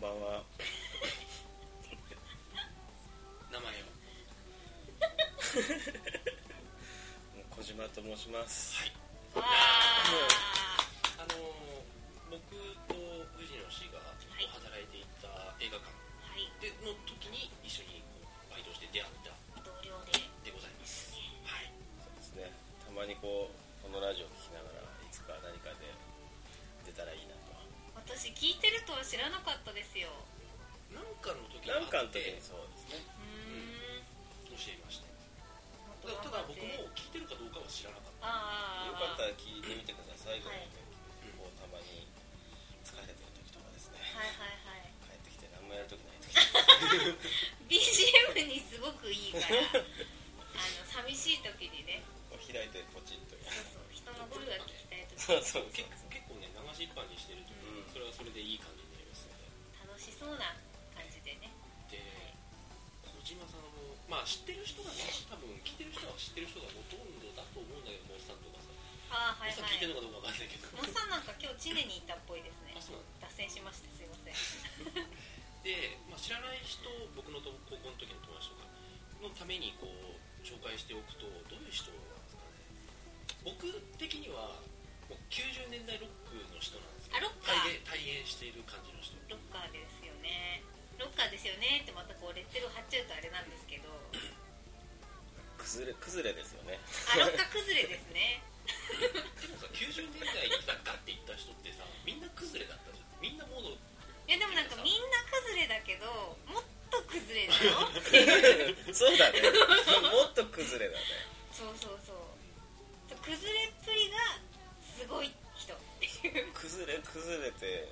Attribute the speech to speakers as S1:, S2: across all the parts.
S1: ばんは
S2: 名前を
S1: 小島と申します
S3: わ
S2: あの僕と藤野氏が
S3: い
S2: 働いていた映画館
S3: ーはい
S2: での時に一緒にバイトして出会った
S3: 同僚で
S2: でございますはい
S1: そうですねたまにこうこのラジオを聞きながらいつか何かで出たらいいなと
S3: 私聞いてるとは知らなかったですよ
S2: なんかの時に
S1: なんかの
S2: 会
S1: 時に
S2: って
S1: そうですね
S3: うーん
S2: 教えました
S3: もっと
S2: ただた
S3: 頑
S2: だ
S3: 張っ
S2: 僕も聞いて
S3: て
S2: るかどうかは知らなかっ
S3: あーあー
S1: よかったら聞いてみてくださいぐらいで、
S2: い
S1: こうたまに疲れてる時とかですね、
S3: はいはいはい
S1: 帰ってきて何もやる時ない 時
S3: BGM にすごくいいからあの寂しい時にね
S1: こう開いてポチッと
S3: そうそう人の声が聞きたい時
S1: そう
S2: た
S1: そう
S2: 結構結構ね流しっぱにしてると
S1: うん
S2: それはそれでいい感じになりますの
S3: 楽しそうな感じでね
S2: でで小島さんもまあ知ってる人がね多分聞いてる人は知ってる人がほとんどだと思うんだけどモッさんとかさ
S3: ああ
S2: モ
S3: はい
S2: ッ
S3: は
S2: さん聞いて
S3: い
S2: るのかどうかわかんないけど
S3: モッさんなんか今日知念に行ったっぽいですね
S2: あそうなんだ
S3: 脱線しましたすいません
S2: で、まあ、知らない人僕のと高校の時の友達とかのためにこう紹介しておくとどういう人なんですかね僕的にはもう90年代ロックの人なんですけ
S3: あ
S2: ど
S3: ロッカー
S2: 体現体現している感じの人
S3: ロッカーですよねロッカーですよねってまたこうレッテル貼っちゃうとあれなんですけどあ
S1: 崩れ崩れですよね
S3: ロッカー崩れですね
S2: でもさ90年代にさガッていった人ってさみんな崩れだったじゃんみんなもの
S3: いやでもなんかみんな崩れだけどもっと崩れだよっていう
S1: そう だねもっと崩れだね
S3: そうそうそうそう崩れっぷりがすごい人っていう
S1: 崩れ崩れて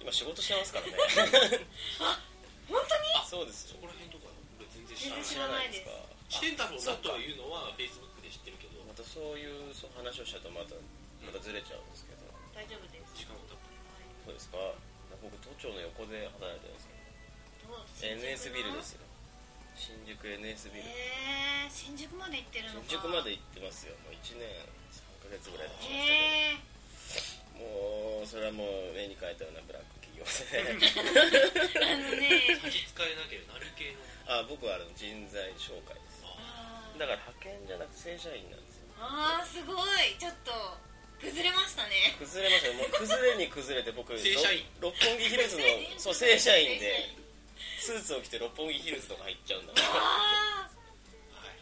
S1: 今仕事してますからね
S3: 本当に
S2: あ
S1: そうです
S2: そ
S1: よ
S2: こら辺とか俺全然
S3: 全然
S2: 知
S3: 知
S2: らない
S3: らないです
S2: してんだろう
S1: そ
S2: な
S1: っか
S2: というのは Facebook で知ってるけど
S1: またそういうそう話をしちゃうとまたまたずれちゃうんですけど
S3: 大丈夫です
S2: 時間をたっぷり
S1: そうですか僕都庁の横で働いてるんですよ
S3: どう
S1: NS ビルですすよ新宿 NS ビル
S3: へえー、新宿まで行ってるのか
S1: 新宿まで行ってますよもう1年3ヶ月ぐらい経ちましたけど
S3: へえ
S1: もうそれはもう絵に描いたようなブラック企業で
S3: ー、あのね
S2: 立ち使えなければ何系の
S1: あ僕はあの人材紹介です
S3: あ
S1: だから派遣じゃなくて正社員なんですよ
S3: ーあーすごいちょっと崩れましたね
S1: 崩れましたねもう崩れに崩れて僕
S2: 正社員
S1: ろ六本木ヒルズのそう正社員でスーツを着て六本木ヒルズとか入っちゃうんだから
S3: ああ
S2: はいは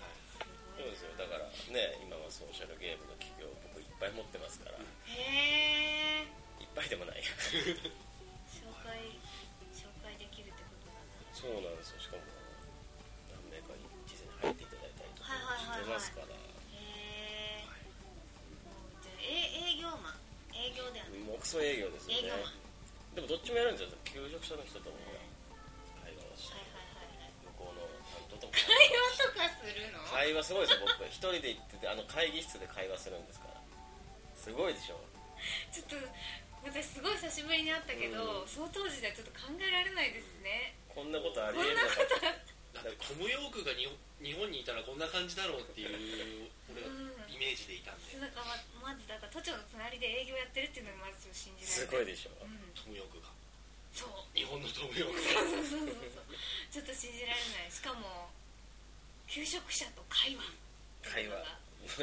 S2: い
S1: そうですよだからね今はソーシャルゲームの企業僕いっぱい持ってますからいっ
S3: へえ
S1: ぱいでもない
S3: 紹介紹介できるってことだな
S1: そうなんですよしかも何名かに事前に入っていただいたりとか
S3: はいはいはいはい
S1: してますから、
S3: へえじゃあえ営業マン営業ではない
S1: もうクソ営業ですよ
S3: 営業
S1: ねで
S3: マン
S1: もどっちもやるんですよ求職者の人ともほら会話を
S3: はいはいはいはい
S1: して
S3: 会話
S1: 向こうの担当とも
S3: とかするの、
S1: 会話すごいですよ僕一人で行っててあの会議室で会話するんですからすごいでしょ
S3: ちょっと私すごい久しぶりに会ったけど、その当時ではちょっと考えられないですね
S1: こんなことあ
S3: こん
S1: りえな
S3: なこ
S1: かっ
S3: とは
S2: だってトム・ヨークがに日本にいたらこんな感じだろうっていう俺はイメージでいたんで
S3: なんかままずだから都庁の隣で営業やってるっていうのがまずちょっと信
S1: た
S3: じ
S1: す
S3: ら
S1: ごい
S3: れ
S1: で
S3: ない
S1: しょ
S3: うん
S2: トム・ヨークが
S3: そう
S2: 日本のトム・ヨーク
S3: そう
S2: が
S3: そうそうそうそうちょっと信じられないしかも求職者と会話
S1: 会話
S3: う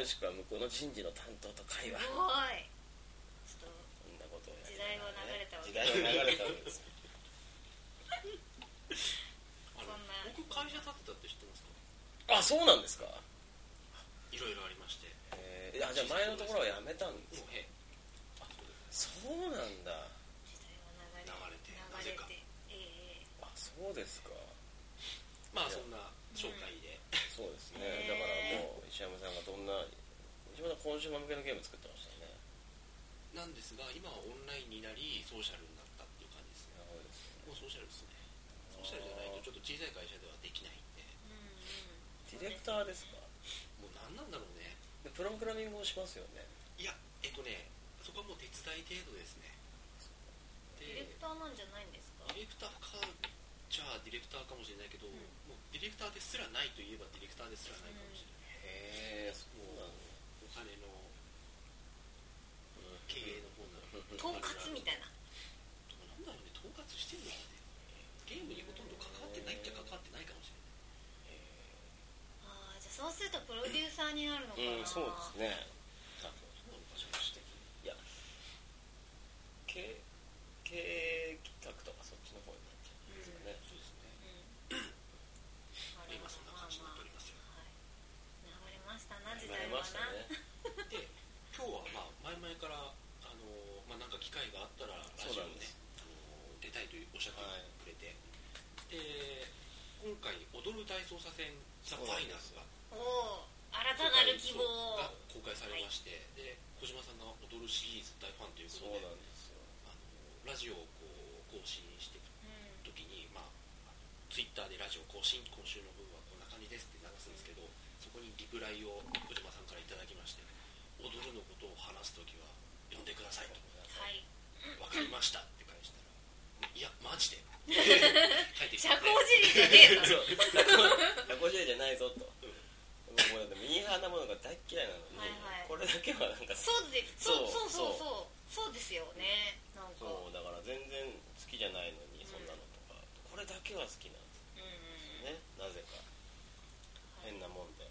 S1: も
S3: わ
S1: しくは向こうの人事の担当と会
S3: す
S1: 話
S3: ごいちょっと
S1: こんなことをや
S3: 時代を流れたわけ
S1: 時代を流れたわけですよ
S2: あの
S3: そんな
S2: 僕会社建てたって知ってます
S1: あそ
S2: か
S1: うなんですか
S2: いろいろありまして
S1: えーあじゃあ前のところはやめたんです
S2: も
S1: よ
S2: うへあそう
S1: そ
S2: です
S1: うなんだ
S3: 時代は流
S2: 流れ
S3: れ
S2: て
S3: 流れ
S2: なぜか
S3: てええ
S1: あそうですか
S2: まあそんな紹介で、
S1: そうですね、だ
S3: ね
S1: からもう石山さんがどんな石山さんコンシューマー向けのゲーム作ってましたよね
S2: なんですが今はオンラインになりソーシャルになったっていう感じですね
S1: そうです
S2: もうソーシャルですねソーシャルじゃないとちょっと小さい会社ではできないんで
S3: うんう
S1: ディレ
S3: ん
S1: クターですか
S2: もう何なんだろうね
S1: でプログラミングをしますよね
S2: いやえっとねそこはもう手伝い程度ですね
S3: ディレ
S2: で
S3: クターなんじゃないんですか
S2: ディレクターかじゃあディレクターかもしれないけど、
S3: ん
S2: もうディレクターですらないといえばディレクターですらないかもしれな
S1: へ
S2: い、
S1: えそうなんだ
S2: お金の経営の方なの
S3: とんかつみたいな
S2: どうなんだろうね統括してるの
S3: とプロデューサーになるのかな、
S1: うんそうですね多分
S2: なんか職種的に
S1: いや経経営企画とかそっちの方になっちゃうんですかね、
S2: そうですね
S3: うん
S2: 今そんな感じになっておりますよ
S3: はい流れましたな時
S1: 言
S3: 代
S1: われ
S3: は
S1: ました
S3: な、
S1: ね
S2: で今日はまあ前々からあのーまあなんか機会があったらラジオ
S1: そうなんで
S2: ね
S1: す
S2: あのー出たいというおっしゃってくれて、で今回「踊る大捜査線ザ・ファイナルが
S3: おお新たなる希望
S2: が公開されまして、で小島さんが踊るシリーズ大ファンというこ
S1: そう
S2: とで
S1: なんですよ
S2: あのーラジオをこう更新していく
S3: うん
S2: 時に、まあ、ツイッターでラジオ更新今週の分はこんな感じですって流すんですけどそこにリプライを小島さんからいただきまして踊るのことを話す時は呼んでくださいと
S3: はい
S2: 分かりましたって返したらいやマジで返ってき
S3: 社
S2: た
S3: 交
S2: んで
S3: 辞令じゃねえぞ
S1: そう150じゃないぞと、もうだってミーハーなものが大っ嫌いなのに、
S3: はいはい
S1: これだけはなんか
S3: そうでそう
S1: そ
S3: そううそうそうそうですよねなんか
S1: そうだから全然好きじゃないのに
S3: うん
S1: そんなのとか、これだけは好きなんです
S3: うんうんうん
S1: ね、なぜか変なもんで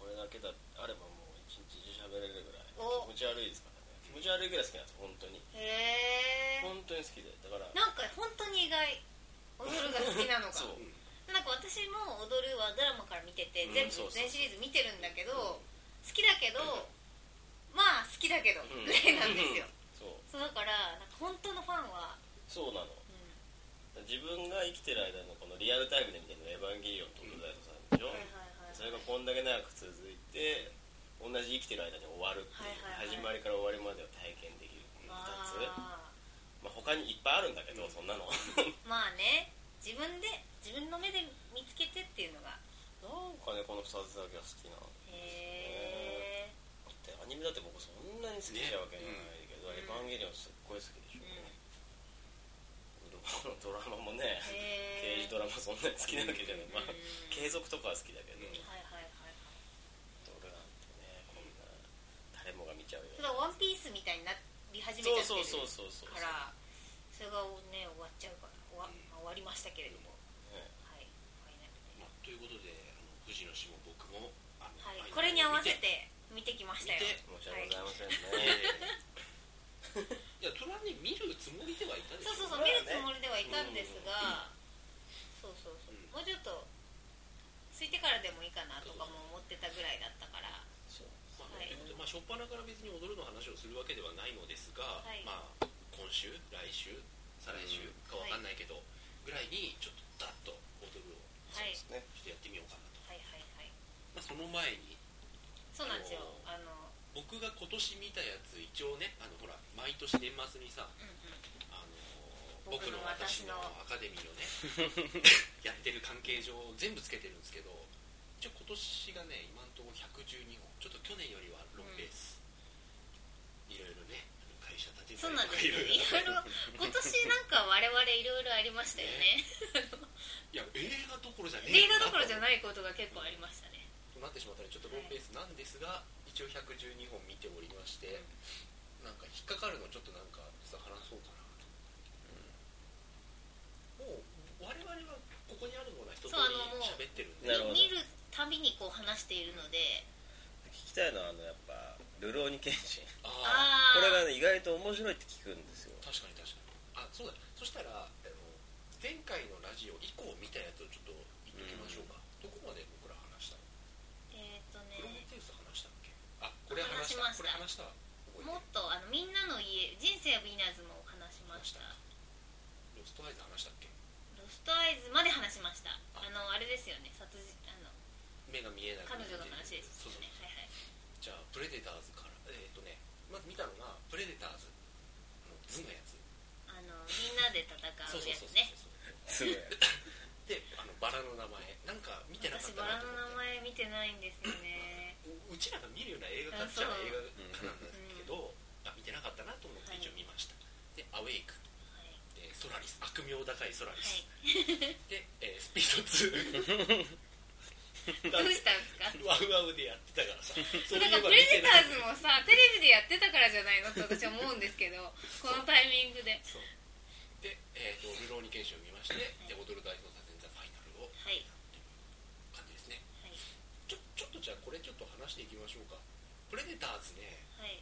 S1: これだけだあればもう一日中喋れるぐらい
S3: お
S1: 気持ち悪いですからね気持ち悪いぐらい好きなんです本当に
S3: へえ
S1: 本当に好きでだから
S3: なんか本当に意外踊るが好きなのが
S1: そう
S2: うん
S3: なんか私も踊るはドラマから見てて
S1: うん
S3: 全
S1: そう
S3: 部
S1: そう
S3: 全シリーズ見てるんだけど好きだけどまあ好きだけど
S1: うん
S3: ぐらいなんですよ
S1: そう
S3: そうだからなんか本当のファンは
S1: そうなの
S3: うん
S1: 自分が生きてる間のこのリアルタイムで見てるの「エヴァンゲリオン」と「オドライトさん」でしょ、
S3: はいはいはい
S1: それがこんだけ長く続いて同じ生きてる間に終わるっていう、
S3: はいはいはい
S1: 始まりから終わりまでを体験できるっていう2つ
S3: あ
S1: まあ、他にいっぱいあるんだけど、そんなのなん
S3: ーまあね自分で自分の目で見つけてっていうのが
S1: かねこの2つだけは好きなの
S3: へえ
S1: だってアニメだって僕そんなに好きなわけじゃないけど「
S3: ね
S1: エヴァンゲリオン」すっごい好きでし
S3: う
S1: ょ
S3: ん、
S1: ドラマもね
S3: へ
S1: 刑
S3: え
S1: 事ドラマそんなに好きなわけじゃない、まあ
S3: うん、
S1: 継続とかは好きだけど、
S2: うん
S3: はいはいはいはい
S1: 俺なんてねこんな誰もが見ちゃうよ
S3: ただワンピースみたいになり始めち
S1: そ
S3: ゃ
S1: う
S3: って
S1: そう
S3: る
S1: そうそうそう
S3: からそれがね終わっちゃうから終わ,、まあ、終わりましたけれども
S1: ね
S3: はいファイナルで
S2: まあということであの藤野氏も僕もあの
S3: は
S2: ファイナル
S3: い
S2: を見て
S3: これに合わせて見てきましたよ
S2: 見て
S1: 申し訳ございませんね、
S2: いやそれはね見るつもりではいたでし
S3: そう
S2: ょ
S3: そうそう見るつもりではいたんですが、そうそうそう
S2: うん
S3: もうちょっと空いてからでもいいかなとかも思ってたぐらいだったから
S1: そう
S2: まあ
S3: はい
S2: ということでまあ、初っ端から別に踊るの話をするわけではないのですが、
S3: はい
S2: まあ、今週、来週、再来週かわかんないけど、ぐらいにちょっとダッと踊るを
S3: はい
S1: ですね
S2: ちょっとやってみようかなと、
S3: はいはいはい
S2: まあ、その前に
S3: そうなんですよ
S2: あ
S3: あの
S2: 僕が今年見たやつ一応ねあのほら毎年年末にさ、
S3: うんうん
S2: あの
S3: 僕
S2: 僕
S3: の
S2: の私の
S3: 私の
S2: アカデミーをね やってる関係上全部つけてるんですけど一応今年がね今のところ112本ちょっと去年よりはローペース、いろいろねあの会社立て
S3: そ
S2: たり
S3: うなん
S2: とか
S3: です
S2: い
S3: よ
S2: ろい
S3: いろい
S2: ろ
S3: ろ今年なんか我々いろいろありましたよね
S2: いや映画どころじゃね
S3: 映画どころじゃ
S2: い
S3: ないことが結構ありましたね
S2: となってしまったのでちょっとローペースなんですが、一応112本見ておりまして、なんか引っかかるのちょっとなんか実は話そうかなと、もう我々はここにあるものは一通り
S3: そうあのもう
S2: 喋ってるんで
S1: なるほど
S3: 見るたびにこう話しているので
S1: 聞きたいのはあのやっぱ「流浪に剣心」
S2: ああ
S3: ああ
S1: これがね意外と面白いって聞くんですよ
S2: 確かに確かにあそうだそしたらあの前回のラジオ以降見たやつをちょっと言っておきましょうか、どこまで僕ら話したの
S3: えっ、と
S2: プロメ
S3: ね
S2: テウス話したっけあこれ話した
S3: 話しました
S2: これ話した
S3: もっ
S2: 覚えてる
S3: とあのみんなの家人生はビギナーズも話しました
S2: ロストアイズ話したっけ
S3: ロストアイズまで話しましたあのあれですよね殺人あの
S2: 目が見えない
S3: 彼女の話です
S2: そう
S3: よ
S2: そう
S3: ねはいはい
S2: じゃあプレデターズからえっ、とねまず見たのがプレデターズあの図のやつ
S3: あのみんなで戦う
S2: そうそう
S3: や
S2: そう
S3: つ
S1: す
S2: そう
S3: ね
S1: ごい
S2: であのバラの名前なんか見てなかっ
S3: 私
S2: たな
S3: バラ
S2: と
S3: の
S2: 思って
S3: 名前見てないんですよね
S2: ううちらが見るような映画かっちゃ
S3: あそう
S2: 映画かなんだけど、あ見てなかったなと思って一応見ました、で「アウェイク」
S3: はい
S2: で「ソラリス」「悪名高いソラリ
S3: はい
S2: ス」で、えースピード2」
S3: どうしたんですか
S2: ワウワウでやってたから さそ
S3: なんかプレ
S2: 見
S3: ジ
S2: てな
S3: タ
S2: い
S3: ーズもさテレビでやってたからじゃないのって私は思うんですけどこのタイミングで
S2: そうで、えーと「ルローニケンシン」を見ましてで「踊る大捜査線ザファイナル」を
S3: はい
S2: 感じですね
S3: はい
S2: ちょちょっとじゃあこれちょっと話していきましょうかプレデターズね
S3: はい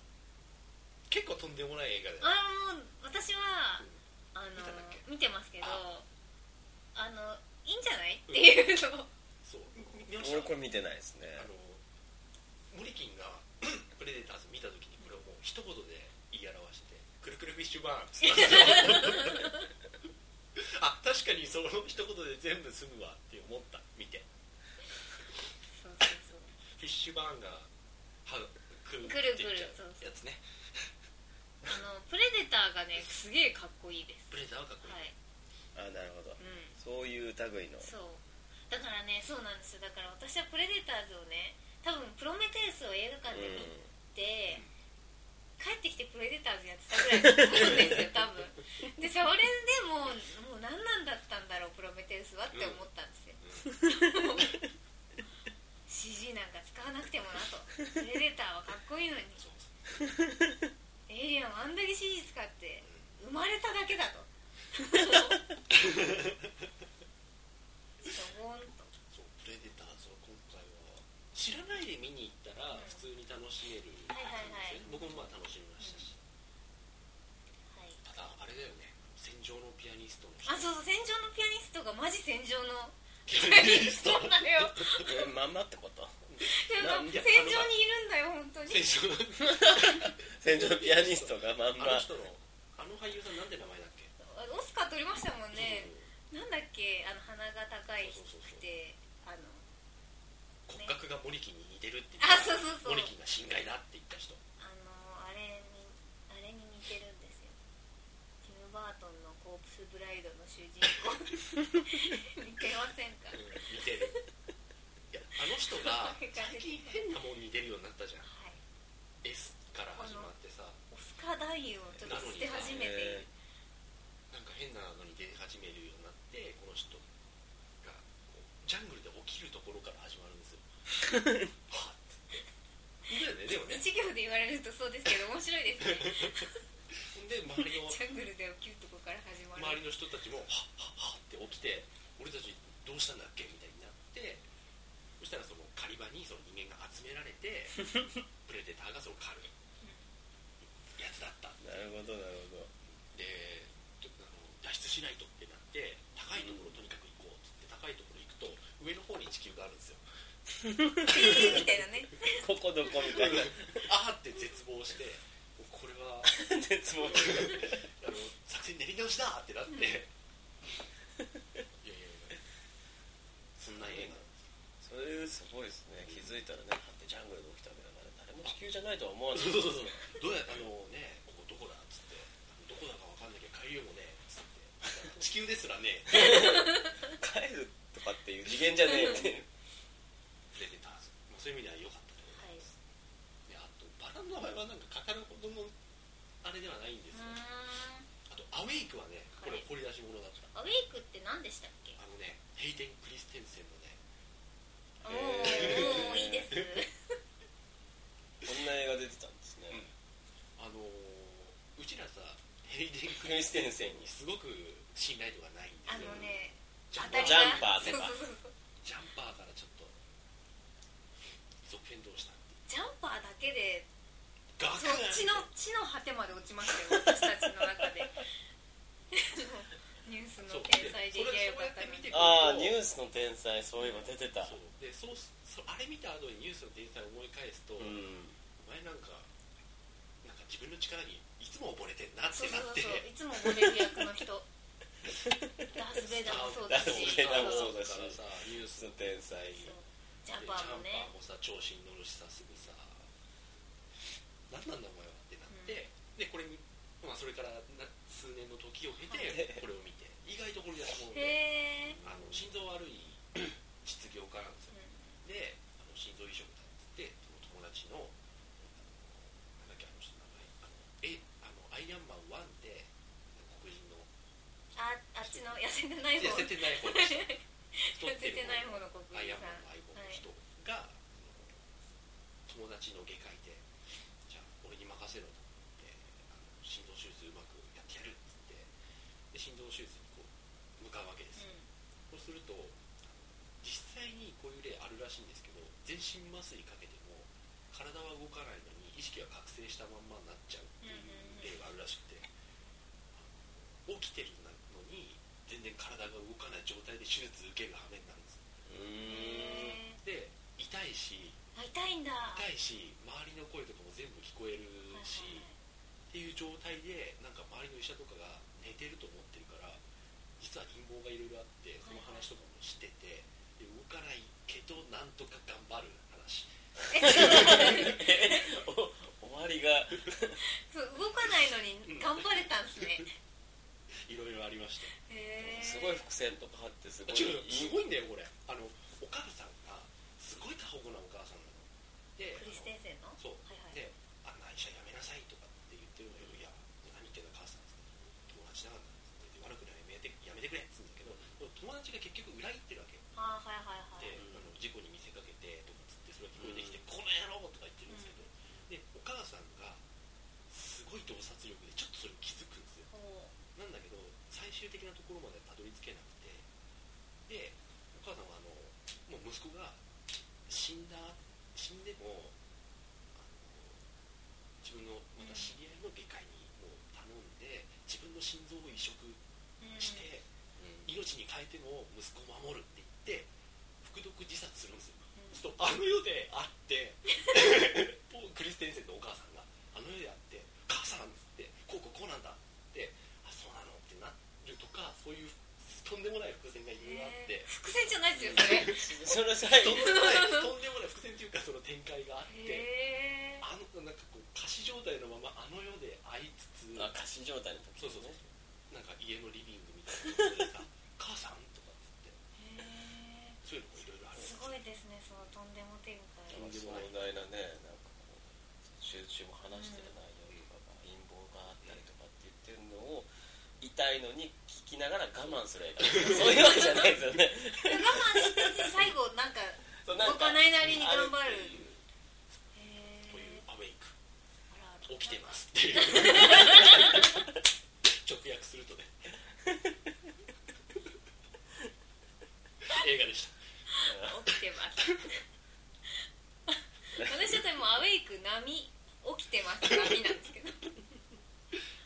S2: 結構とんでもない映画だよ
S3: あのもう私は
S2: うん
S3: あの
S2: 見たんだっけ
S3: 見てますけど
S2: あ
S3: あのいいんじゃないっていうのを
S2: そうみ見まし
S1: 俺こ
S2: た
S1: れ見てないですね
S2: あのモリキンが プレデターズ見た時にこれをもう一言で言い表して「くるくるフィッシュバーン」って 言ったんですよあ確かにその一言で全部済むわって思った見て
S3: そうそう
S2: フィッシュバーンがはくる
S3: くる
S2: って言っちゃ
S3: そう
S2: うやつね
S3: そうあのプレデターがねすげえかっこいいです
S2: プレデターはかっこいい、
S3: はい
S1: あなるほど
S3: うん
S1: そういう類の
S3: そうだからねそうなんですよだから私はプレデターズをね多分プロメテウスを映画館で見て、帰ってきてプレデターズやってたぐらいだと思うんですよ多分でそれでもうもう何なんだったんだろうプロメテウスはって思ったんですよ、CG なんか使わなくてもなとプレデターはかっこいいのに
S2: そうそう
S3: エイリアンはあんだけ CG 使って生まれただけだとしょぼんと
S2: そうプレデターズは今回は知らないで見に行ったら
S3: うん
S2: 普通に楽しめる
S3: はいはいはい
S2: 僕もまあ楽しみましたし、
S3: はい
S2: ただあれだよね戦場のピアニストの人
S3: あそうそう戦場のピアニストがマジ戦場の
S2: ピア
S3: ピア
S2: ニ
S3: ニ
S2: ス
S3: スト
S2: ト
S3: なの
S1: う
S3: よ
S1: んえまんまってこと
S3: なん
S2: いや
S3: か戦場にいるんだよ本当
S1: 戦
S2: 戦場の
S3: に
S1: 場のピアニストがまんま
S2: あの人のあの俳優さんなんて名前だっけ
S3: あのオスカー取りましたもんねなんだっけあの鼻が高い
S2: そうそう
S3: く
S2: そう
S3: てあの
S2: 骨格がモリキンに似てるって言
S3: あ
S2: った
S3: そうそうそう
S2: モリキンが侵害だって言った人
S3: あのあれにあれに似てるんですよティム・バートンの「コープス・ブライド」の主人公似てませんか
S2: うん似てるいやあの人が最近変なもん似てるようになったじゃん
S3: はい
S2: S から始まってさ
S3: オスカー男優をちょっと捨て始めている
S2: なんか変なのに出始めるようになってこの人がこうジャングルで起きるところから始まるんですよはっつってだよねでもね
S3: 一行で言われるとそうですけど面白いですね
S2: で周りの
S3: ジャングルで起きるとこから始まる
S2: 周りの人たちも「はっはっはっ」って起きて「俺たちどうしたんだっけ?」みたいになってそしたらその狩り場にその人間が集められてプレデターがその狩るやつだった
S1: なるほどなるほど
S2: でちょっとあの脱出しないとってなって高いところとにかく行こうっつって高いところ行くと上の方に地球があるんですよ
S3: ピーみたいなね
S1: ここどこみたい な
S2: あーって絶望してもうこれは
S1: 絶望
S2: あの作戦練り直しだってなっていやいやいやそんな映画
S1: それすごいですね気づいたらねだってジャングルで起きたわけだから誰も地球じゃないとは思わない
S2: そうそうそうどうやあのねここどこだっつってどこだかわかんなきゃ海流もねっつって地球ですらね
S1: 帰るとかっていう次元じゃねえって
S2: 出てたはず、まあ、そういう意味では良かったと
S3: は
S2: 思いま
S3: い
S2: す、であとバランの場合はなんか語るほどのあれではないんですよ、あ
S3: ア
S2: とアウェイクはねこれ
S3: はい
S2: 掘り出し物だった、
S3: ウェイクって何でしたっけ
S2: あのねヘイデン・クリステンセンのね
S3: おー
S1: えー
S3: おーいいです
S1: こんな映画出てたんですね
S2: あのーうちらさヘイデン・
S1: ク
S2: ク
S1: リ
S2: リ
S1: ス
S2: ス
S1: テンセン
S2: テンセン
S1: に
S2: にすごく信頼度がないんで
S3: あ
S2: すよ
S3: のね
S2: ジャン
S3: 当た
S1: ジ
S3: りが
S1: ャンパーとか
S3: そうそうそう
S2: ジャンパーからちょっと続編どうした
S3: ジャンパーだけで
S2: ガ
S3: そっちの地の果てまで落ちましたよ私たちの中でニュースの天才でいけばよかったみたいな
S1: ああニュースの天才そういえば出てた
S2: そうでそうすそうあれ見た後にニュースの天才を思い返すと、
S1: うん
S2: お前なんかなんか自分の力にいつも溺れてんなっ
S3: そ
S2: て
S3: うそ
S2: な
S3: う
S2: っ
S3: そう
S2: て
S3: いつも溺れる役の人ダース・ベイダーもそうだし
S1: ダースベイダーもそうだし
S2: からさニュース
S1: そ
S2: の
S1: の天才
S3: そ
S1: に
S3: うジャンパーもね
S2: ジャンパーもさ調子に乗るしさすぐさ何なんだお前はってなって、でこれに、まあ、それからな数年の時を経てこれを見て意外とこれ出し物で
S3: へえ
S2: あの心臓悪い実業家なんですよであの心臓移植だって言ってその友達のあのなんだっけあの人の名前あのえあのアイアンマン1で黒人の
S3: ああっちの痩せてない
S2: 痩
S3: 方
S2: せてない方の人 太
S3: 痩
S2: っ
S3: せ
S2: て
S3: て
S2: る
S3: ない
S2: 方
S3: 方の国
S2: アイ
S3: 民
S2: アンマ
S3: さん
S2: ンの相棒
S3: は
S2: の
S3: い
S2: 人が、その友達の外科医でじゃあ俺に任せろと思ってあの心臓手術うまくやってやるっつってで心臓手術にこう向かうわけですよ、そうするとあの実際にこういう例あるらしいんですけど全身麻酔かけても体は動かないのに意識は覚醒したまんまになっちゃうっていう例があるらしくて起きてるのに全然体が動かない状態で手術受ける羽目になるんです
S1: うん
S2: で痛いし
S3: あ痛いんだ
S2: 痛いし周りの声とかも全部聞こえるしっていう状態でなんか周りの医者とかが寝てると思ってるから実は陰謀がいろいろあってその話とかもしててで動かないけどなんとか頑張る話
S1: お終わりが
S3: そう動かないのに頑張れたんですね
S2: いろいろありました
S3: へー
S1: すごい伏線とかあってすごい
S2: 違うすごいんだよこれあのお母さんがすごい過保護なお母さんなので
S3: クリス先生の
S2: そう、
S3: はいはい
S2: であんな医者やめなさいとかって言ってるんだけどいや何言ってんだ母さんっつって友達だからって言って悪くないやめてやめてくれっつうんだけどでも友達が結局裏切ってるわけで、
S3: あーはいはいはい
S2: あの事故に見せかけてとかっつってそれが聞こえてきて
S1: うん
S2: 「この野郎!」とか言ってるんですけど、でお母さんがすごい洞察力でちょっとそれに気づくんですよ
S3: お
S2: なんだけど最終的なところまでたどり着けなくてでお母さんはあのもう息子が死んだ死んでもあの自分のまた知り合いの外科医にもう頼んで自分の心臓を移植
S3: うん
S2: して
S1: うん
S2: 命に変えても息子を守るって言って服毒自殺するんですよそう
S3: うん
S2: あの世で会って もうクリステンセンのお母さんがあの世で会って「母さん」っつって「こうこうこうなんだ」って「あそうなの?」ってなるとかそういうとんでもない伏線がいろいろあって
S3: へー。伏線じゃないですよそれへ
S1: それ最
S2: と
S1: 後
S2: んでもないとんでもない伏線っていうかその展開があって
S3: え
S2: あのなんかこう仮死状態のままあの世で会いつつ
S1: あ過信状態の時
S2: そうそう
S1: ね
S2: そうなんか家のリビングみたいなところでさ「母 さん」とかっつってそういうのもいろいろある
S3: すごいですねそのとんでも展開
S1: なんか壮大なねなんかこう集中も話してる内容とかが陰謀があったりとかって言ってるのを痛いのに聞きながら我慢する映画そういうわけじゃないですよね
S3: 我慢しつつ最後なんか
S1: そう
S3: 動かないなりに頑張
S1: あ
S3: る
S1: っていう
S3: へー
S2: というアウェイク
S3: あ
S2: 起
S3: ら
S2: きてますっていう 直訳するとね映画でした
S3: 起きてます私はでもアウェイク波起きてます波なんですけど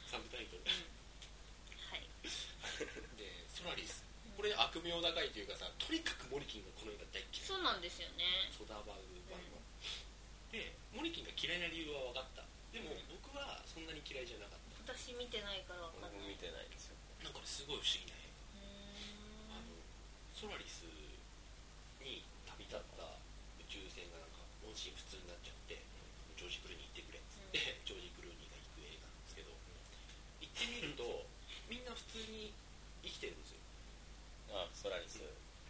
S2: サブタイトル
S3: はい
S2: でソラリスこれ悪名高いというかさとにかくモリキンがこの映画大嫌い
S3: そうなんですよね
S2: ソダバウ版の、でモリキンが嫌いな理由は分かったでも僕はそんなに嫌いじゃなかった
S3: 私見てないからわか
S1: 僕
S3: ん
S1: も
S3: な
S1: 見
S3: い
S1: てないんですよ
S2: なんかねすごい不思議な映画
S3: うー
S2: あの
S3: ん
S2: ソラリスに旅立った宇宙船がなんか音信不通になっちゃってジョージ・クルーニー行ってくれっつって、ジョージ・クルーニーが行く映画なんですけど行ってみるとみんな普通に生きてるんですよ
S1: あソラリス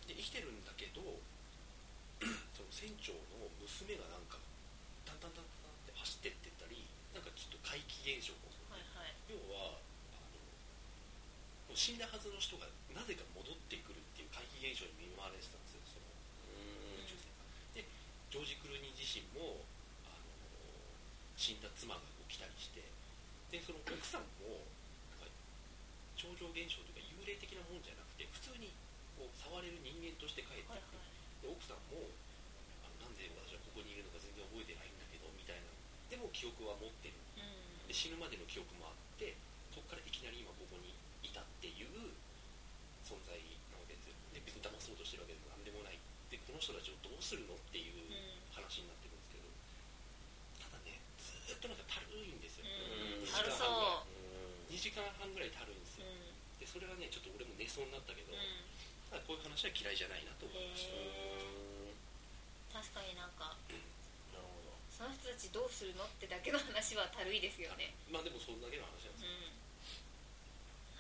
S2: で生きてるんだけど その船長の娘がなんかタンタンタンタンって走ってってったりなんかちょっと怪奇現象が起こ
S3: はい
S2: る要は
S3: はい
S2: あのもう死んだはずの人がなぜか戻ってくるっていう怪奇現象に見舞われてたんですよその宇宙船がでジョージ・クルーニー自身もあの死んだ妻が起きたりしてでその奥さんもなんか超常現象というか幽霊的なもんじゃなくて普通にこう触れる人間として帰ってく
S3: はいはい
S2: るで奥さんもあのなんで私はここにいるのか全然覚えてないんだけどみたいなでも記憶は持ってる
S3: うん
S2: で死ぬまでの記憶もあってそこからいきなり今ここにいたっていう存在なわけですよで別に騙そうとしてるわけでも何でもないでこの人たちをどうするのっていう
S3: うん
S2: 話になってるんですけどただねずーっとなんかたるいんですよ、
S3: うん
S2: 2
S1: た
S3: る
S2: 時間
S3: そ
S2: 半
S3: う
S2: ぐらい2時間半ぐらいたるいんです
S3: うん
S2: よでそれがねちょっと俺も寝そうになったけど、
S3: うん
S2: ただこういう話は嫌いじゃないなと思いました、
S3: へ確かになんか
S1: なるほど
S3: その人たちどうするのってだけの話はたるいですよね
S2: まあでもそんだけの話
S3: う
S2: なんですよ、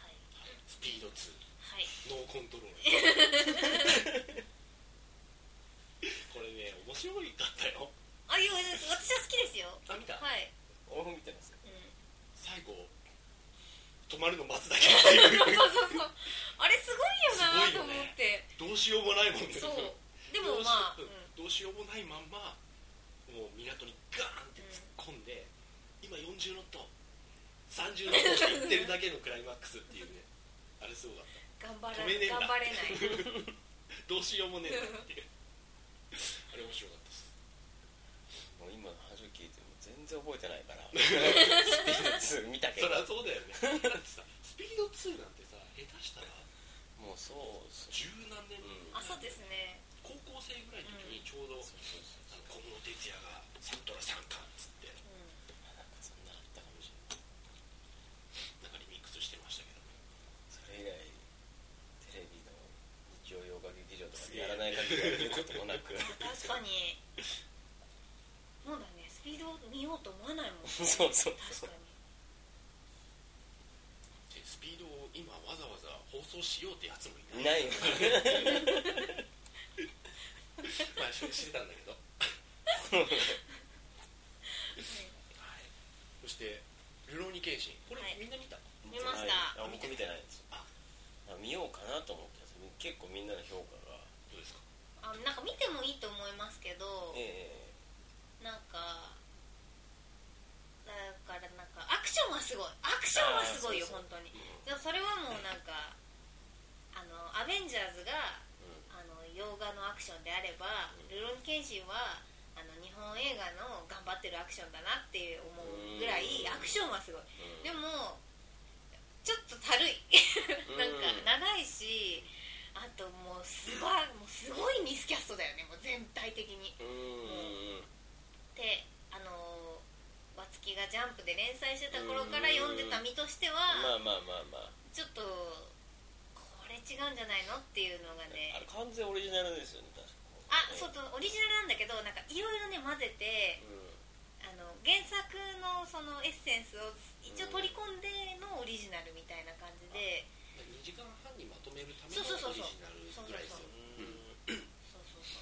S3: んはい
S2: スピード2
S3: はい
S2: ノーコントロールこれね面白いかったよ
S3: あいや私は好きですよ
S2: あ見た、
S3: はい
S1: 俺も見てますよ
S3: うん
S2: 最後止まるの待つだけっていう
S3: そうそうそうあれすごいよなと思って、
S2: どうしようもないもんね
S3: そうでもまあ、う
S2: どうし,、
S3: ん
S2: どうしようもないまんまもう港にガーンって突っ込んで、今40ノット30ノットって言ってるだけのクライマックスっていうねあれすごかった
S3: 頑張ら
S2: 止めねえんだ
S3: 頑張れない
S2: どうしようもねえなっていうあれ面白かったです
S1: もう今の話を聞いても全然覚えてないからスピード2見たけ
S2: そ
S1: ど
S2: りゃそうだよね だってさスピード2なんてさ下手したら
S1: もうそうそう
S2: 十何年前
S1: うん
S3: あそうですね
S2: 高校生ぐらいの時にちょうど
S1: そうそうそう
S2: あの小室哲哉がサントラ3巻っつって
S3: う
S1: なんかそんなあったかもしれない
S2: なんかリミックスしてましたけど
S1: それ以来テレビの日曜洋画劇場とかでやらない限りは見ることもなく
S3: ん確かにそうだねスピード見ようと思わないもん
S1: そうそうそ
S3: 確
S1: う
S3: かに
S2: でスピードを今わざわざ放送しようってやつもい
S1: い
S2: ない
S1: ないよ
S2: まあ一緒にしてたんだけどはいそして「ルローニケンシン」これ
S3: はい
S2: みんな見た、
S3: 見ました
S1: あ僕見てないんですよ
S2: あ
S1: あ見ようかなと思ってます結構みんなの評価が
S2: どうですか
S3: あなんか見てもいいと思いますけど
S1: え
S3: なんかだからなんかアクションはすごいアクションはすごいよ
S1: あーそうそう
S3: 本当に
S2: うん
S3: でもそれはもうなんかあのアベンジャーズが
S1: え
S3: あの洋画のアクションであれば「ルロンケンシン」はあの日本映画の頑張ってるアクションだなって思うぐらい
S1: うん
S3: アクションはすごい
S1: うん
S3: でもちょっとたるい
S1: うん
S3: なんか長いしあともうすごいもうすごいミスキャストだよねもう全体的に
S1: うんうんうん
S3: であのー、わつきが「ジャンプ」で連載してた頃から読んでた身として
S1: ま
S3: は
S1: あまあまあまあ
S3: ちょっとこれ違うんじゃないのっていうのが
S1: あ
S3: ね
S1: れ完全オリジナルですよね確か
S3: あそうとオリジナルなんだけどなんかいろいろね混ぜて
S1: う
S3: あの原作のそのエッセンスを一応取り込んでのオリジナルみたいな感じで
S2: まあ2時間半にまとめるための
S3: そうそうそ
S2: オ
S3: うそ
S2: リ
S3: う
S2: ジナルぐらいですよ
S1: そうそうそ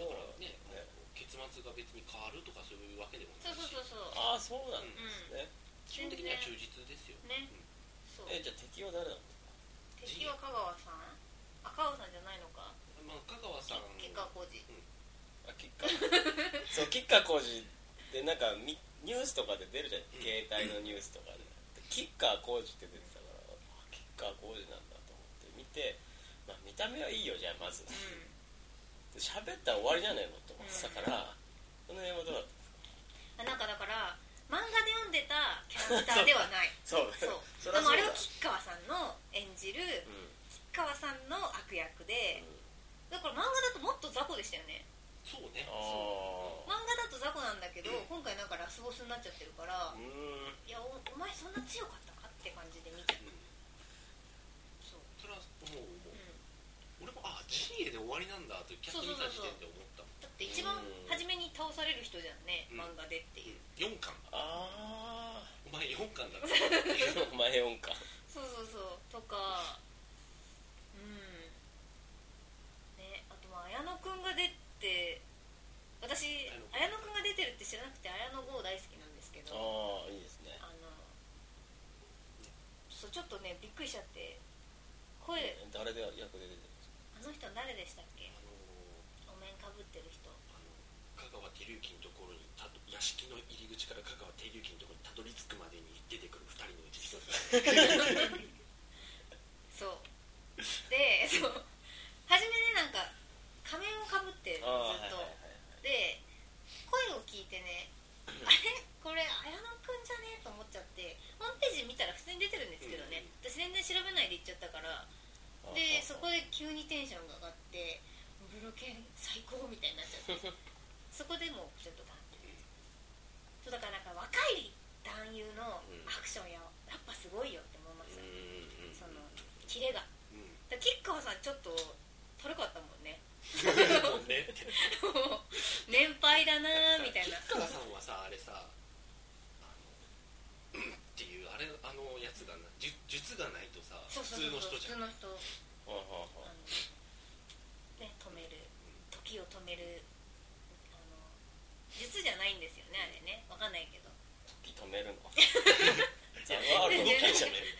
S1: う
S2: う
S1: ど
S2: んだ
S3: そうそうそうん
S1: う
S2: か
S1: な
S2: ら
S1: ん
S2: ね
S1: ね
S2: 結末が別に変わるとかそういうわけでもな
S3: そう
S2: いし
S3: そうそうそう
S1: ああそうなんですね、
S2: 基本的には忠実ですよ
S3: ねそう
S1: えじゃあ敵は誰なの
S3: 敵は香川さんあ香川さんじゃないのか
S2: まあ、香川さん
S3: 吉川浩司
S1: あキッカー そうキッカー工事でなんかみニュースとかで出るじゃん
S2: うん
S1: 携帯のニュースとかででキッカー工事って出てたからあキッカー工事なんだと思って見て、まあ、見た目はいいよじゃあまず
S3: う
S1: で
S3: ん
S1: 喋ったら終わりじゃないのと思ってたから、その辺はどうだった
S3: あなんかだから漫画で読んでたキャラクターではない
S1: そう
S3: そう
S1: そ
S3: で
S1: ら
S3: も
S1: そう
S3: あれ
S1: だ
S3: を吉川さんの演じる
S1: うん、
S3: 吉川さんの悪役でだから漫画だともっと雑魚でしたよね
S2: そうね
S1: ああ
S3: 漫画だと雑魚なんだけど今回なんかラスボスになっちゃってるから
S1: うーん
S3: いやおお前そんな強かったかって感じで見ちゃう
S2: うん
S3: そう、
S2: それはもうも
S3: う、
S2: うん俺もあジニエで終わりなんだとキャッチ見た時点で思ったもん
S3: だって一番初めに倒される人じゃんね
S2: うん
S3: 漫画でっていう
S2: 4巻
S1: あ
S2: お前4巻 だろ
S1: あ お前音か
S3: そうそうそうとかうんねあとまあ綾野くんが出て私綾野くんが出てるって知らなくて綾野剛大好きなんですけどあ
S1: ああいいですね
S3: のそうちょっとねびっくりしちゃって声
S1: 誰で役で出てるんです
S3: あの人誰でしたっけ
S2: あのー
S3: お面かぶってる 人
S2: あの香川照之のところにたど屋敷の入り口から香川照之のところにたどり着くまでに出てくる2人のうち1人
S3: そうでそう初めねなんか仮面をかぶってずっ
S1: かああはい
S3: と
S1: はいはい
S3: で声を聞いてねあれこれ綾野くんじゃねえと思っちゃってホームページ見たら普通に出てるんですけどね、私全然調べないで行っちゃったか
S1: は
S3: ら
S1: い
S3: でそこで急にテンションが上がってブロケン最高みたいになっちゃって そこでもうちょっとダンってそうだからなんか若い男優のアクションややっぱすごいよって思いま
S1: うん
S3: した、
S1: うんうん
S3: そのキレが
S2: うん
S3: だから吉川さんちょっとたるかったもんね
S2: もうねって
S3: もう年配だなーみたいな
S2: 吉川さんはさあれさあのうんっていうあれあのやつがな術術がないとさ
S3: そう
S2: 普
S3: そう
S2: 通の
S3: そう
S2: 人
S3: 普
S2: じ
S3: 通
S2: ゃん
S3: の人
S1: はあはあ
S3: あ
S1: はあ
S3: のね止める時を止めるあの術じゃないんですよねあれねわかんないけど
S1: 時止めるのザワールドの
S2: 動きを
S1: 会社
S2: 止
S1: ね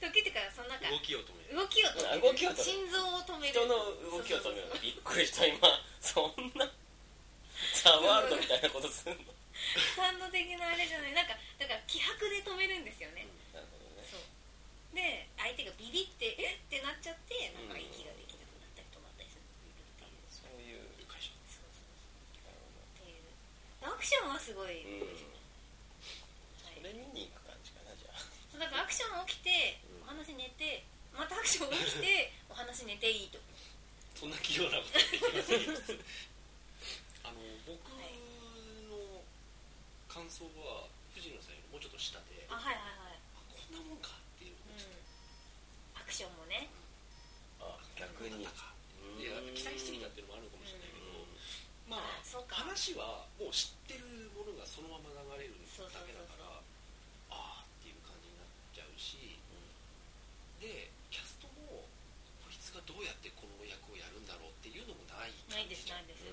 S2: め
S3: 時っていうかそのなんか
S2: る動きを止める
S3: 動きを止める
S1: 動きを止める
S3: 心臓を止める
S1: 人の動きを止めるのびっくりした今そんなザワールドみたいなことするの
S3: スタンド的なあれじゃないなんかだから気迫で止めるんですよね
S1: なるほどね
S3: そうで相手がビビってえっってなっちゃってなんか息ができなくなるアクションはすごい、
S1: うん
S3: は
S1: そ
S3: い
S1: れ見に行く感じかなじゃあ
S3: だからアクション起きて
S1: うん
S3: お話寝てまたアクション起き てお話寝ていいと
S2: そんな器用なことはできませんよあの僕の感想は藤野さんよりもうちょっと下で
S3: あ
S2: あ
S3: はいはいはい、
S2: こんなもんかっていう
S3: う
S2: ちょっ
S3: ん、アクションもね
S1: あ
S2: と
S1: 逆に
S2: なんだかいや期待しすぎたっていうのもあるのかもしれないけどまあ
S3: そうか
S2: 話はもう知ってるものがそのまま流れるだけだからああっていう感じになっちゃうしでキャストもこいつがどうやってこの役をやるんだろうっていうのもない
S3: な
S2: 感
S3: いで
S2: じ
S3: す
S2: じゃ
S3: なんいです、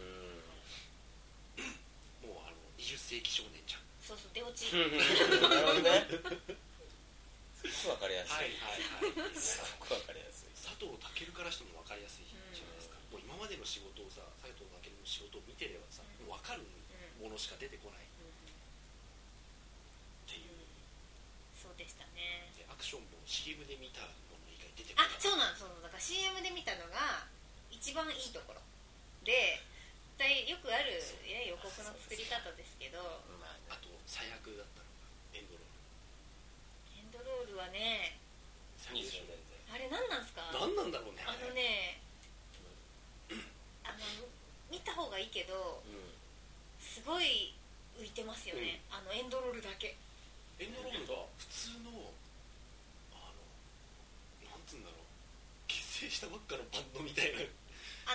S2: もうあの20世紀少年じゃん
S3: そうそう出落ち、
S1: うんうんなるほどねすごくわかりやす
S2: はい
S1: い
S2: はいはい
S1: す
S2: 佐
S1: ごくわかりやすい
S2: 藤健からしても分かりやすいじゃないですか、もう今までの仕事をさ佐藤健の仕事を見てればさ、
S3: うん
S2: もう分かる
S3: うん
S2: ものしか出てこないっ
S3: うん
S2: ていう
S3: そうでしたね
S2: でアクションも CM で見たもの以外出てこ
S3: あ
S2: ない
S3: そうなのそうなのだから CM で見たのが一番いいところで大よくある、ね、予告の作り方ですけど
S1: まあ
S2: あと最悪だったのがエンドロール
S3: エンドロールはね
S1: 20
S2: 最
S1: 年
S2: 終
S1: 代
S3: あれ何なんすか
S2: 何なんだろうね
S3: あの
S2: ね
S3: ねあの見た方がいいけど
S1: う
S3: すごい浮いてますよね、あのエンドロールだけ
S2: エンドロールが普通のあのなんつうんだろう結成したばっかのバンドみたいな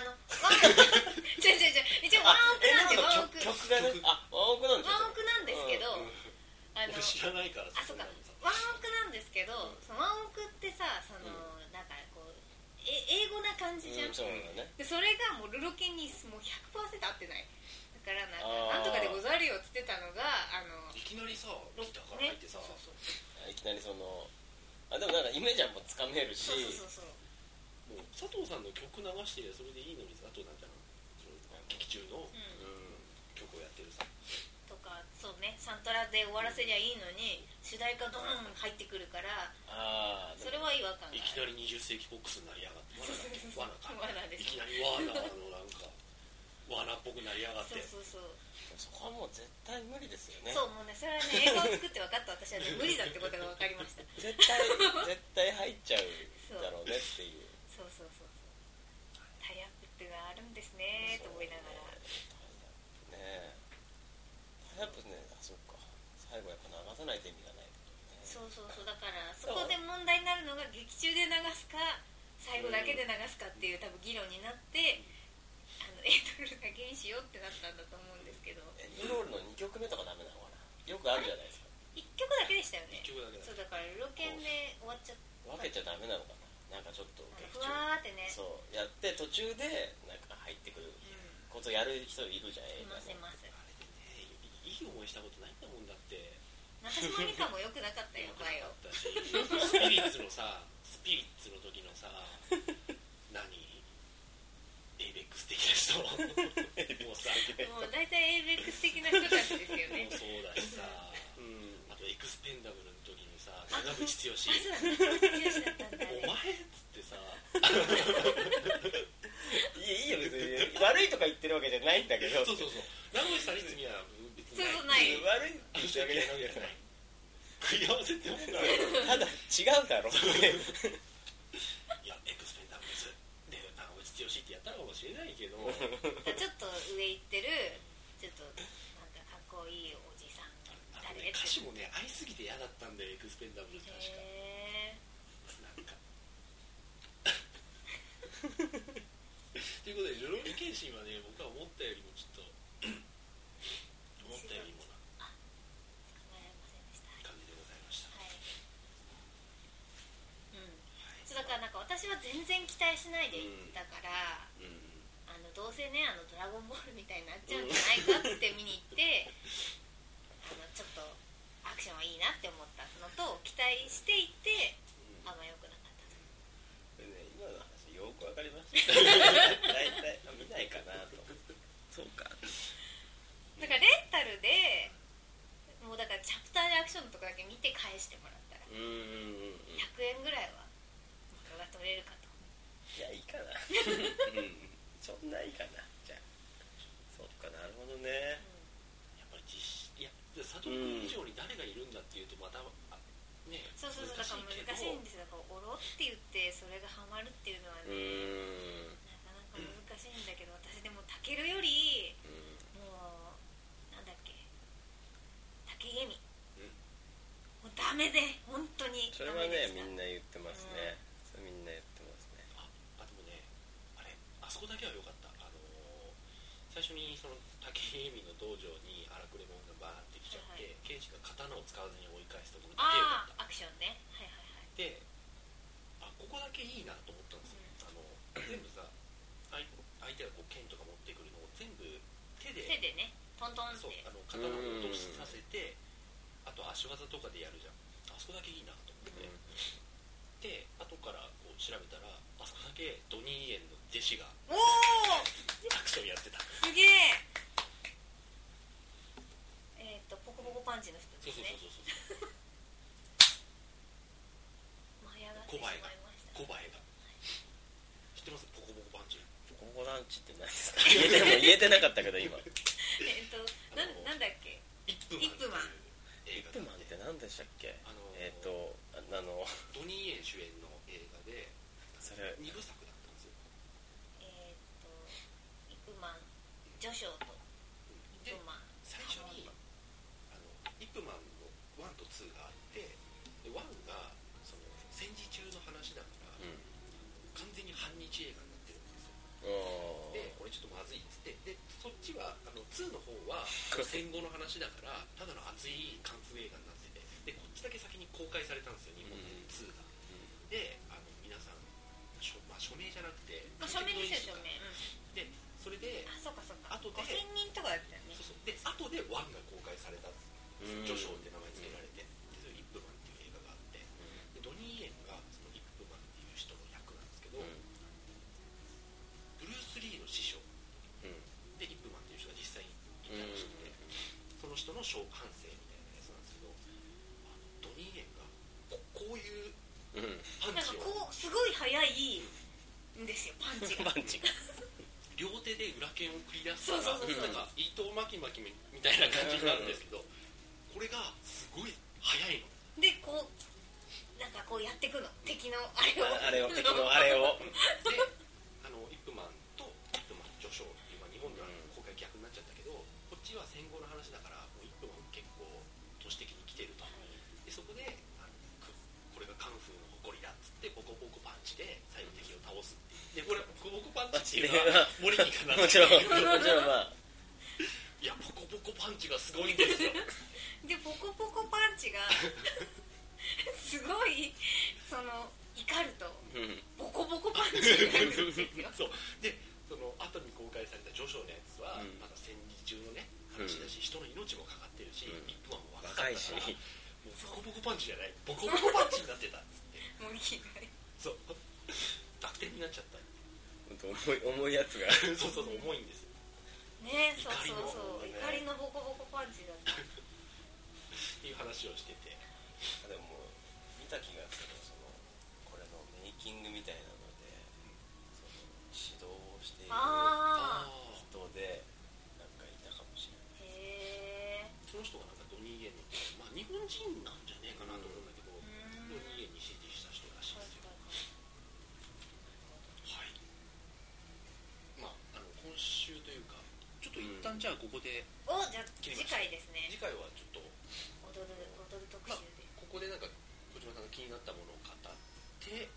S3: あのワンオク違う違う違う一応ワンオクな
S1: あ
S3: んでワンオ
S1: 曲
S3: ク
S1: 曲がねあワンオクなん
S2: 曲
S1: ですよ
S3: ワンオクなんですけど、
S1: うん
S3: あの
S2: 俺知らないから
S3: あそうかワンオクなんですけど、そのワンオクってさその、なんかこうえ英語な感じじゃ
S1: う
S3: ん、
S1: んそうなんだね
S3: でそれがもうルロケにもう100%合ってないだからな
S1: あー
S3: んかなんとかでござるよっつってたのがあの
S2: いきなりさギターから入って
S3: ね
S2: さ、
S3: そうそうそう
S1: いきなりそのあでもなんかイメージはもうつかめるし
S3: そうそうそうそう
S2: もう佐藤さんの曲流してそれでいいのにさあとなんだろうその劇中の
S3: う
S1: う
S3: ん
S2: 曲をやってるさ
S3: とかそうねサントラで終わらせりゃいいのに主題歌ドーン入ってくるから
S1: んああ
S3: それは違和感
S2: い
S3: がある
S2: きなり20世紀フォックスになりやがって
S3: そう
S2: わ
S3: そうそう
S2: なだっけわなかいきなりわなのなんかわなっ
S3: わなです
S2: ぽくなりやがって
S3: そうそうそう
S1: そこはもう絶対無理ですよね
S3: そうもうねそれはね映画を作って分かった私はね無理だってことが分かりました
S1: 絶対 絶対入っちゃうだろうねっていう
S3: そうそうそうそうタイアップってのはあるんですねと思いながら
S1: そうねタイアップねあそっか最後やっぱ流さないと意味がないね
S3: そうそうそうだからそこで問題になるのが劇中で流すか最後だけで流すかっていう多分議論になってあのエイトルが原子よってなったんだと思うんですけど
S1: エンドロールの2曲目とかダメなのかなよくあるじゃないですか
S3: 1曲だけでしたよね
S2: 一曲だけだ
S3: そうだからルロケンで終わっちゃった
S1: 分けちゃダメなのかななんかちょっと
S3: ふ
S1: 劇中
S3: わーってね
S1: そうやって途中でなんか入ってくる
S3: うん
S1: ことやる人いるじゃん
S3: い
S1: 映画
S3: ま
S1: の
S3: すいます
S2: あれでねいいい思いしたことないんだもんだって
S3: 中島美嘉も良くなか ったよ
S2: よく
S3: バイ
S2: な
S3: オ
S2: かったしスピリッツの さスピリッツの時のさ何エイベックス的な人 もうさも
S3: もう大体 ABEX 的な人たちですよね
S2: うそうだしさ
S1: うん
S2: あとエクスペンダブルの時のさ長渕剛
S3: あそうだね剛だったんだあ
S2: お
S3: れ
S2: 前っつってさ
S1: いやいいよ別に悪いとか言ってるわけじゃないんだけど
S2: そうそうそう長渕さんに罪は別に
S3: そうそう
S2: ない
S3: ない
S1: 悪いって
S2: あ
S1: 言っ
S2: の
S1: て
S2: 人
S1: る
S2: だ
S1: わけ
S2: け
S1: じ
S2: じ
S1: ゃ
S2: ゃ
S1: ないんだ
S2: ない
S1: けど
S2: 食い合わせってもんだろ
S1: ただ違うだろうね
S2: いやエクスペンダブルズで長渕剛ってやったのかもしれないけど
S3: ちょっと上行ってるちょっとなんかかっこいいおじさん
S2: あのね歌詞もね愛すぎて嫌だったんだよエクスペンダブルズ確か
S3: へえ
S2: なんかということでルロニケンシンはね僕は思ったよりもちょっと思ったよりもな
S3: 考えられませんでした
S2: 感じでございました
S3: はいうん
S2: はい
S3: そうだからなんか私は全然期待しないで行ったから、
S1: うん
S3: あのどうせねあのドラゴンボールみたいになっちゃうんじゃないかって見に行ってあのちょっとアクションはいいなって思ったのと期待していてあんま良くなかったと
S1: ね今の話よくわかりました大体見ないかなとそうか
S3: だからレンタルでもうだからチャプターでアクションとかだけ見て返してもらったら
S1: うんうんうんうん
S3: 100円ぐらいは元が取れるか
S1: い
S3: と
S1: やいいかなうんそんないいかなじゃあそっかなるほどね
S3: う
S2: やっぱり DVD 佐藤君以上に誰がいるんだっていうとまた、あね
S3: そうそうそうだから難しいんですよだから「おろ」って言ってそれがハマるっていうのは
S1: う
S3: ね、
S1: ん
S3: なかなか難しいんだけど私でもたけるより
S1: うん
S3: もうなんだっけ竹由美
S2: うん
S3: もうダメで本当に
S1: それ
S3: ダ
S1: は
S3: メで
S1: ね
S3: した
S1: みんな言ってますね、それみんな言ってますね
S2: ああでもねあれあそこだけは良かったあのー最初にその竹井美の道場に荒くれ者がバーって来ちゃって、
S3: は
S2: 刑事が刀を使わずに追い返すところだけ良
S3: あ
S2: かった
S3: あアクションねはいはい
S2: であ
S3: はい
S2: ここだけいいなと思ったんですよ、あの全部さ相相手がこう剣とか持ってくるのを全部手で
S3: 手でねトントンって
S2: そうあの刀を落とさせてあと足技とかでやるじゃんあそこだけいいなと思って、で後からこう調べたらあそこだけドニーエンの弟子が
S3: おお
S2: アクションやってた
S3: すげええっ、とポコポコパンチの人
S2: そう
S3: で
S2: そ
S3: す
S2: う
S3: ね
S2: そうそうそう
S3: 舞い上がってしまいました
S2: 小林が知ってますポコポコパンチ
S1: ここランチって何ですか 言えても言えてなかったけど今ヒ
S3: えっ、となんなんだっけ
S2: 一分
S3: 一分半
S2: 映
S1: ッ
S2: 画
S1: プ
S2: だ
S1: マンって何でしたっけ
S2: あのー
S1: えっ、とああの
S2: ドニーエン主演の映画で
S1: それ
S2: 二部作だったんですよ
S3: えっ、とイクマン序章とイ
S2: で
S3: クマン
S2: 最初にあのイップマンの1と2があってで1がその戦時中の話だから、
S1: うん
S2: 完全に反日映画になってるんですよ
S1: お
S2: でこれちょっとまずいっつってでそっちはあの2の方は戦後の話だからただの熱いカンフー映画になっててでこっちだけ先に公開されたんですよ日本
S1: う
S2: で
S1: ん
S2: 2が、であの皆さん署,、まあ、署名じゃなくて
S3: まあ、署名
S2: 観
S3: で
S2: 客
S3: す
S2: の意識がでそれ
S3: よ署名、
S2: で
S3: あそうかそうか
S2: あとで
S3: 5000人とかだったよね
S2: そうそうで後で1が公開されたんです
S1: うん
S2: 序章って名前つけられて、でそれイップマンっていう映画があってでドニー・イエンがそのイップマンっていう人の役なんですけ
S1: う
S2: ど、
S1: ん
S2: ブルース・リーの師匠
S1: うん
S2: でイップマンっていう人が実際にいたらしくて、その人の小反省みたいなやつなんですけどあのドニー・イエンがここういう
S1: うんうん
S2: パン
S3: なんか
S2: チを
S3: こうすごい速いんですよパンチ が
S1: パンチが
S2: 両手で裏剣を繰り出すから
S3: そうそ
S1: そ
S3: う
S1: うそう
S2: なんか伊藤巻き巻きみたいな感じになるんですけどこれがすごい速いの
S3: でこうなんかこうやってくの敵のあれを
S1: あ あれを敵のあれを
S2: であのイップマンとイップマン序章っていう、まあ、日本では公開逆になっちゃったけど、こっちは戦後の話だからもうイップマン結構都市的に来てるとでそこであのくこれがカンフーの誇りだっつってボコボコパンチで最後敵を倒すっていうでこれボコボコパンチっていうのは森にかな
S1: もちろんもちろんまあ
S2: いやボコボコパンチがすごい んですよ
S3: でポコポコパンチが すごいその怒ると
S1: うん
S3: ボコボコパンチになるん ですよ
S2: そうでその後に公開された序章のやつは、
S1: うん
S2: まだ戦時中のね話だし、人の命もかかってるし、
S1: うん
S2: 一分はもう
S1: 若
S2: 若か
S1: い
S2: っ
S1: した
S2: からもうボコボコパンチじゃないボコボコパンチになってたっつって
S3: もういいない
S2: そう濁点になっちゃった
S1: ほんと重い重いやつが
S2: そうそうそう重いんですよ
S3: ねそうそうそ
S2: 怒
S3: う
S2: りの
S3: 怒りのボコボコパンチだった
S2: っていう話をしてて
S1: でも見た気がするそのこれのメイキングみたいなのでその指導をしている人
S3: ああ
S2: あ
S1: でなんかいたかもしれない
S3: へえ
S2: ーその人がなんかドニー・イエンのまあ日本人なんじゃねえかなと思うんだけど、
S3: う
S2: ド
S3: ん
S2: ニー・イエンに指示した人らしいですよはいまああの今週というかちょっと一旦じゃあここで、
S3: おじゃあ次回ですね
S2: 次回はちょっと
S3: 踊る踊る特集で
S2: ここでなんか小島さんが気になったものを語って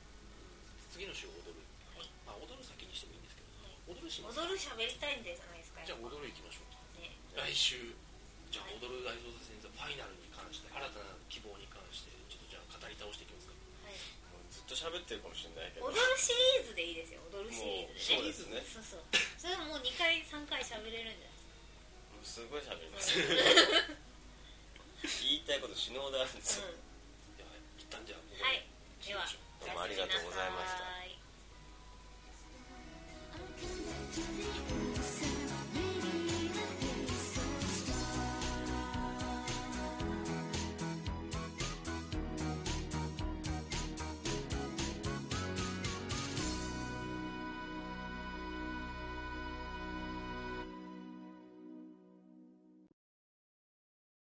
S2: 次の週踊る、
S3: はい
S2: まあ、踊る先にしてもいいんですけど踊るします
S3: 踊る喋りたいんじゃないですか
S2: じゃあ
S3: ね
S2: 踊る行きましょう来週じゃあ踊る大捜査線ザファイナルに関して新たな希望に関してちょっとじゃあ語り倒していきますか
S3: はい
S1: もうずっと喋ってるかもしれないけど
S3: 踊るシリーズでいいですよ踊るシリーズ
S1: もうそうですね
S3: そうそうそれもう2回3回喋れるんじゃ
S1: すごい喋りま
S3: ないで
S1: すす
S3: か、
S1: 言いたいこと死ぬほどあるんですよ、
S3: うん
S2: では一旦じゃあここ
S3: はい
S2: 締
S3: で
S2: めま
S3: は
S2: しょう
S1: どうもありがとうございました
S3: おやすみなさい
S4: I can't let you go.